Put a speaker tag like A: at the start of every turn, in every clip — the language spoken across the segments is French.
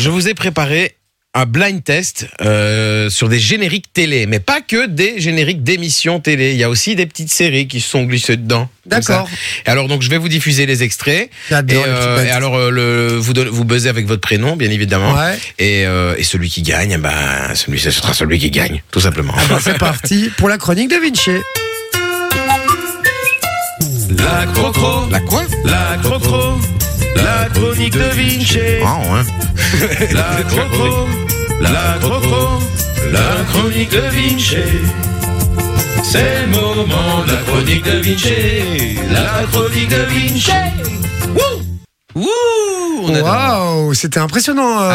A: je vous ai préparé un blind test euh, sur des génériques télé, mais pas que des génériques d'émissions télé. Il y a aussi des petites séries qui se sont glissées dedans. comme ça.
B: D'accord.
A: Et alors donc je vais vous diffuser les extraits. Et,
B: J'adore les
A: euh,
B: petits
A: et
B: pattes.
A: alors euh, le, vous donnez- vous buzzez avec votre prénom, bien évidemment.
B: Ouais.
A: Et, euh, et celui qui gagne, ben celui ce sera celui qui gagne, tout simplement.
B: Ah bah, c'est parti pour la chronique de Vinci. bah,
C: La crocro,
A: La quoi
C: la crocro, la chronique de Vinci.
A: Ah, ouais.
C: La crocro, la crocro, la chronique de Vinci. C'est le moment de la chronique de Vinci. La chronique de Vinci.
A: Wouh On adore.
B: Waouh, c'était impressionnant,
D: Ah,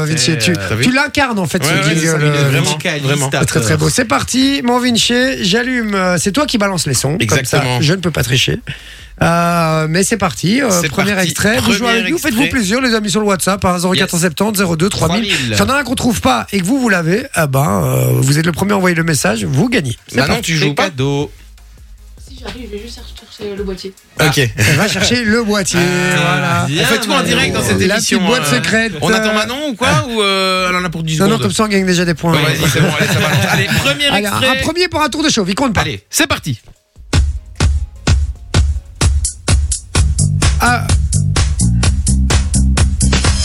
B: euh,
D: mais
B: Vinci.
D: c'était,
B: Tu,
D: euh,
A: t'as vu
B: tu l'incarnes en fait
A: Ouais, ouais,
B: ce jingle.
A: c'est ça,
B: euh,
A: il est vraiment,
B: Vinci.
D: Vocaliste,
A: vraiment.
D: acteur.
B: Très très beau. C'est parti, mon Vinci. J'allume. euh, C'est toi qui balance les sons. comme ça,
A: Exactement.
B: je ne peux pas tricher. Euh, mais c'est parti. euh,
A: C'est
B: premier
A: parti.
B: extrait. vous
A: Premier
B: jouez avec nous.
A: extrait.
B: Faites-vous plaisir, les amis, sur le WhatsApp. Hein, 0470 02 3000.
D: 3000.
B: S'il y en a un qu'on trouve pas et que vous, vous l'avez, ah ben, euh, vous êtes le premier à envoyer le message. Vous gagnez. C'est
A: Bah non,
B: parti.
A: tu joues
D: C'est
A: pas.
D: cadeau.
E: Si j'arrive, je vais juste chercher le boîtier.
A: Ok.
B: Elle va chercher le boîtier. voilà.
A: On fait tout en direct dans cette
B: La
A: émission.
B: petite boîte
A: hein.
B: secrète.
A: On attend
B: euh,
A: Manon ou quoi Ou euh, elle en a pour 10
B: Non,
A: secondes
B: non, comme ça, on gagne déjà des points.
A: Ouais, Vas-y, c'est bon, allez, ça balance. Allez, premier
B: Allez, un, un
A: extrait.
B: premier pour un tour de chauve, il compte pas.
A: Allez, c'est parti.
B: Ah.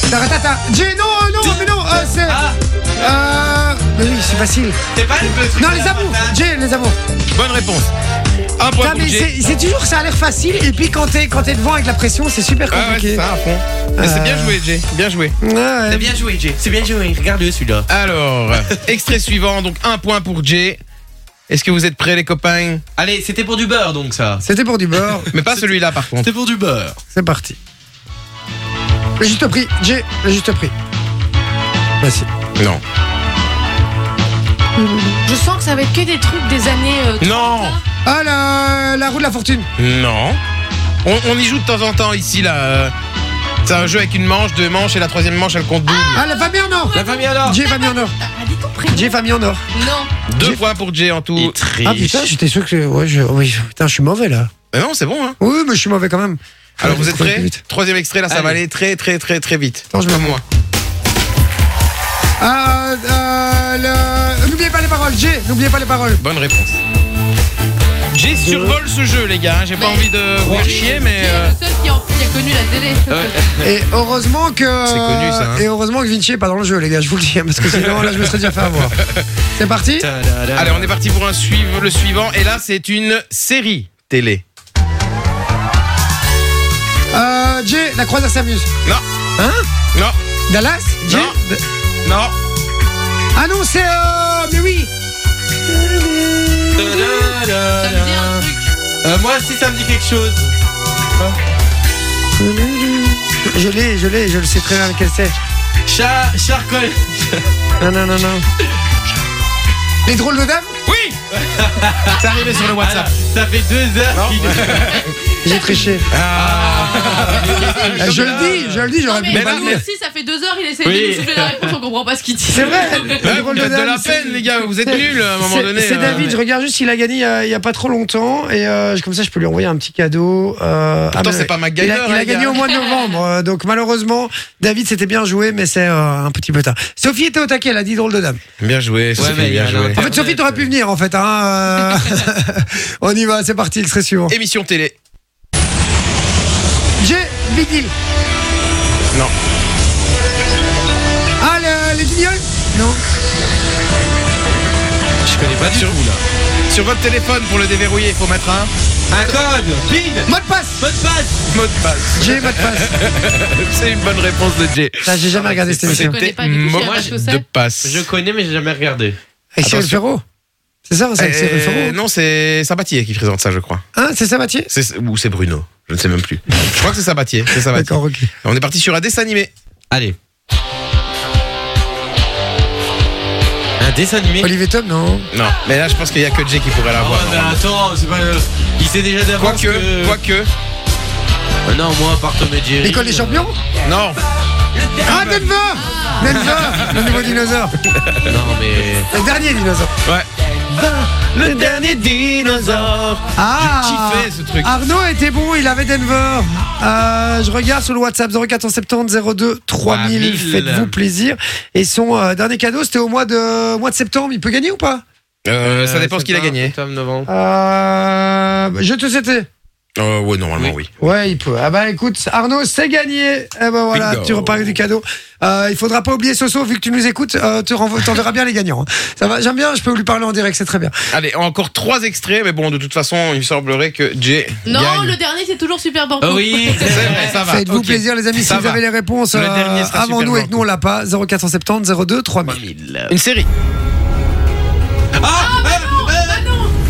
B: Taratata. J'ai- Non, euh, non, mais non, euh,
A: Ah.
B: c'est. Euh, mais oui, c'est facile.
D: C'est pas le petit.
B: Non, les amours. J'ai les amours.
A: Bonne réponse. Un point
B: Putain,
A: pour
B: mais
A: Jay.
B: c'est c'est toujours ça a l'air facile. Et puis quand t'es quand t'es devant avec la pression, c'est super
A: Ah ouais, c'est
B: compliqué.
A: ça, à fond. Mais C'est bien
B: Euh.
A: joué, Jay. Bien joué.
B: Ouais, ouais.
D: C'est bien joué, Jay. C'est bien joué. Regarde-le celui-là.
A: Alors, extrait suivant, donc un point pour Jay. Est-ce que vous êtes prêts, les copains
D: Allez, c'était pour du beurre donc ça.
B: C'était pour du beurre.
A: Mais pas celui-là, par contre.
D: C'était pour du beurre.
B: c'est parti. Le juste prix. J'ai le juste prix. Facile.
A: Non.
E: Je sens que ça va être que des trucs des années. euh,
A: Non
B: Ah, la, la roue de la fortune.
A: Non. On, on y joue de temps en temps ici, là. euh, C'est un jeu avec une manche, deux manches, et la troisième manche, elle compte double.
B: Ah, la famille en or.
D: La famille alors.
B: J'ai famille en or.
E: Ah, dis ton prénom.
B: J'ai famille en or.
E: Non.
A: Deux
B: Jay-
A: points pour Jay en tout.
B: Ah putain, j'étais sûr que. Ouais, je... oh, oui, putain, je suis mauvais là.
A: Mais non, c'est bon, hein.
B: Oui, mais je suis mauvais quand même.
A: Alors, vous
B: Allez,
A: êtes prêts
B: vite.
A: Troisième extrait, là, ça va
D: Allez.
A: aller très, très, très, très vite.
B: Attends, je me-
A: Comme moi.
B: Ah, euh, le- N'oubliez pas les paroles, J'ai, n'oubliez pas les paroles.
A: Bonne réponse. Jay survole ce jeu, les gars. hein. J'ai pas
E: Mais-
A: envie de vous faire chier, mais.
E: J'ai
A: euh,
E: le seul qui, en- qui a connu la télé.
B: Et heureusement que.
A: C'est connu, ça, hein.
B: Et heureusement que Vinci est pas dans le jeu, les gars, je vous le dis, hein, parce que sinon là, je me serais déjà fait avoir. C'est parti
A: Allez, on est parti pour un suiv- le suivant. Et là, c'est une série télé.
B: euh, J'ai, la croisière s'amuse.
A: Non.
B: Hein
A: Non.
B: Dallas J'ai
A: Non. Non.
B: Ah non, c'est. Euh... Mais oui
E: Ça me dit un truc.
D: Euh, moi si ça me dit quelque chose.
B: Je l'ai, je l'ai, je le sais très bien lequel c'est.
D: Char charcol.
B: Non, non, non, non. Les drôles de dames
A: Oui C'est arrivé sur le WhatsApp.
D: ça fait deux heures
A: Non.
D: qu'il est.
B: J'ai triché.
A: Ah.
B: je le dis, je le dis, j'aurais
E: Non,
B: pu
E: mais
B: pas
A: là,
B: le
E: nous
B: dire.
A: mais-
E: aussi, ça fait deux heures, il essaie
D: Oui.
E: de nous souffler la réponse, on comprend pas ce qu'il dit.
B: C'est vrai,
A: Ouais,
B: les drôles
A: Bah, vous
B: de
A: êtes de
B: dames.
A: la
B: c'est-
A: peine, les gars. Vous êtes
B: c'est-
A: nuls à un moment
B: c'est-
A: donné.
B: C'est
A: euh,
B: David, je regarde juste, il a gagné euh, il n'y a pas trop longtemps. Et euh, comme ça, je peux lui envoyer un petit cadeau. Euh,
A: Pourtant,
B: ah, mais-
A: c'est pas
B: il
A: MacGyver.
B: a, il a
A: les
B: gagné
A: gars.
B: au mois de novembre. euh, donc, malheureusement, David, c'était bien joué, mais c'est euh, un petit peu tard. Sophie était au taquet, elle a dit drôle de dame.
A: Bien joué, Sophie,
D: mais il y
A: bien
D: en a
A: joué.
B: En
D: un.
B: fait, Sophie, t'aurais pu venir, en fait. hein, euh, On y va, c'est parti, le serait suivant.
A: Émission télé.
B: J'ai Big Deal.
A: Non.
B: Ah, le- les guignols Non.
D: Je connais pas du tout là.
A: Sur votre téléphone, pour le déverrouiller, il faut mettre un
D: Un code. Pin.
B: Mot de passe
D: Mot de passe.
A: mot de passe.
B: J'ai mot de passe.
A: C'est une bonne réponse de Jay.
B: Ça, j'ai jamais regardé cette émission.
E: connais pas du tout, je sais
A: mot
E: pas ce que c'est.
A: de passe.
D: Je connais mais j'ai jamais regardé.
B: Avec Cyril Ferraud C'est ça, c'est avec Cyril
A: Euh,
B: Ferraud
A: non, c'est Sabatier qui présente ça, je crois.
B: Hein, c'est ça, Mathieu
A: C'est- ou c'est Bruno, je ne sais même plus. je crois que c'est Sabatier. C'est Sabatier.
B: D'accord, ok.
A: On est parti sur un dessin animé.
D: Allez. Un dessin animé.
B: Olivier Tom, non
A: Non, mais là, je pense qu'il n'y a que Jay qui pourrait
D: Oh,
A: l'avoir.
D: mais attends, c'est pas. euh, Il sait déjà d'avance.
A: Quoique,
D: que-
A: quoique.
D: Euh, Non, moi, par Tom et Jerry.
B: L'école des
D: euh,
B: champions
A: Non,
B: Ah, Denver Denver Le nouveau dinosaure
D: Non, mais.
B: Le dernier dinosaure
A: ouais.
C: Vin, le dernier dinosaure.
B: Ah
A: J'ai kiffé ce truc.
B: Arnaud était bon, il avait Denver. Euh, je regarde sur le WhatsApp 0470 02 3000.
D: 3000.
B: Faites-vous plaisir. Et son euh, dernier cadeau, c'était au mois de, mois de septembre. Il peut gagner ou pas
A: Euh, ça dépend ce qu'il a gagné.
D: novembre.
B: euh, Je te c'était.
A: Euh, ouais, normalement, oui.
B: Ouais, il peut. Ah bah écoute, Arnaud, c'est gagné. Eh ben voilà,
A: Bingo.
B: tu repars avec du cadeau. Euh, il faudra pas oublier Soso, vu que tu nous écoutes, euh, tu renvo- t'enverras bien les gagnants. hein. Ça va, j'aime bien, je peux lui parler en direct, c'est très bien.
A: Allez, encore trois extraits, mais bon, de toute façon, il me semblerait que Jay.
E: Non,
A: gagne.
E: le dernier, c'est toujours Super Banco.
D: Oui, c'est
A: C'est
D: vrai.
A: vrai, ça va.
B: Faites-vous
A: ok.
B: plaisir, les amis, si
A: Ça
B: vous
A: va.
B: avez les réponses
A: Le
B: euh,
A: dernier sera
B: avant
A: super
B: nous et que
A: banco.
B: nous on l'a pas, 0470 02 3000.
A: Une série.
D: Ah,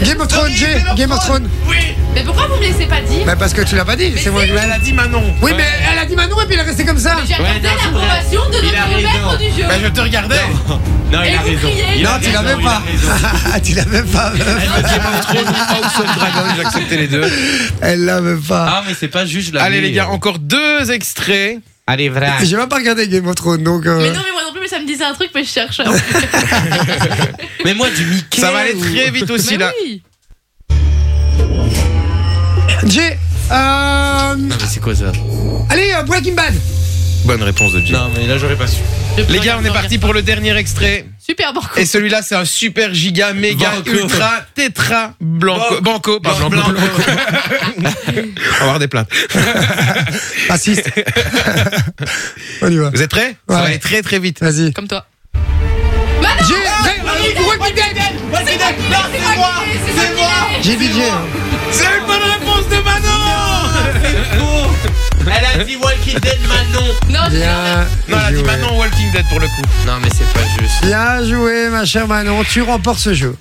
B: Game of Thrones, Jay, Game of Thrones.
E: bah Mais pourquoi vous me laissez pas dire
B: Bah parce que tu l'as pas dit, c'est moi qui l'ai dit.
A: a dit Manon.
B: Oui, mais elle a dit Manon et puis elle est restée comme ça.
E: Mais J'ai regardé
D: non, c'est vrai.
E: l'approbation de
D: Il a
E: notre maître
D: raison.
E: du jeu.
A: Bah, je te regardais.
D: Non,
E: Et
D: il a
E: vous
D: raison.
E: criez.
D: Il a
B: Non, tu
D: raison,
B: l'avais
D: il a
B: pas.
D: raison.
B: Ah, tu l'avais pas. meuf.
A: House of Dragon, j'acceptais les deux.
B: Elle l'avait pas.
D: Ah, mais c'est pas juste la.
A: Allez, les gars, encore deux extraits.
D: Allez, vrai.
A: Ah.
B: J'ai même pas regardé Game of Thrones, donc. euh,
E: Mais non, mais moi non plus, mais ça me disait un truc, mais je cherche.
D: Mais moi, du Mickey.
A: Ça va aller
D: ou-
A: très vite aussi,
E: mais
A: là.
E: oui.
B: Jay, euh,
D: Non, mais c'est quoi ça
B: allez, euh, Breaking Bad.
A: Bonne réponse de Jay.
D: Non, mais là, j'aurais pas su.
E: Je peux
A: Les gars, on
E: regarder
A: est
E: en
A: parti pour le dernier extrait.
E: Super Banco.
A: Et celui-là, c'est un super giga, méga,
D: Banco.
A: ultra, tétra, blanco, banco, pas blanco.
D: Blanc, blanc.
A: On va avoir des plaintes.
B: Assiste. on y va.
A: Vous êtes prêts Ça
B: Ouais.
A: va aller très très vite.
B: Vas-y.
E: Comme toi.
B: Jay, Ray- euh, Breaking Bad.
E: C'est moi C'est moi
B: J'ai hein. dit Jay.
A: C'est une bonne réponse de Manon
D: Elle a dit Walking Dead Manon.
E: Non, je
B: Bien.
A: Non, elle a dit
B: joué.
A: Manon Walking Dead pour le coup.
D: Non, mais c'est pas juste.
B: Bien joué, ma chère Manon. Tu remportes ce jeu.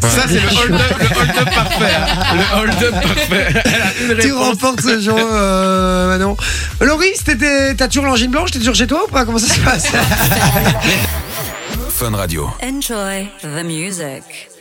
A: Ça, c'est le hold-up le hold-up parfait. hein. Le hold-up parfait. Elle a une
B: Tu
A: réponse.
B: remportes ce jeu, euh, Manon. Loris, t'étais- t'as toujours l'angine blanche T'es toujours chez toi ou pas Comment ça se passe
C: Fun Radio.
F: Enjoy the music.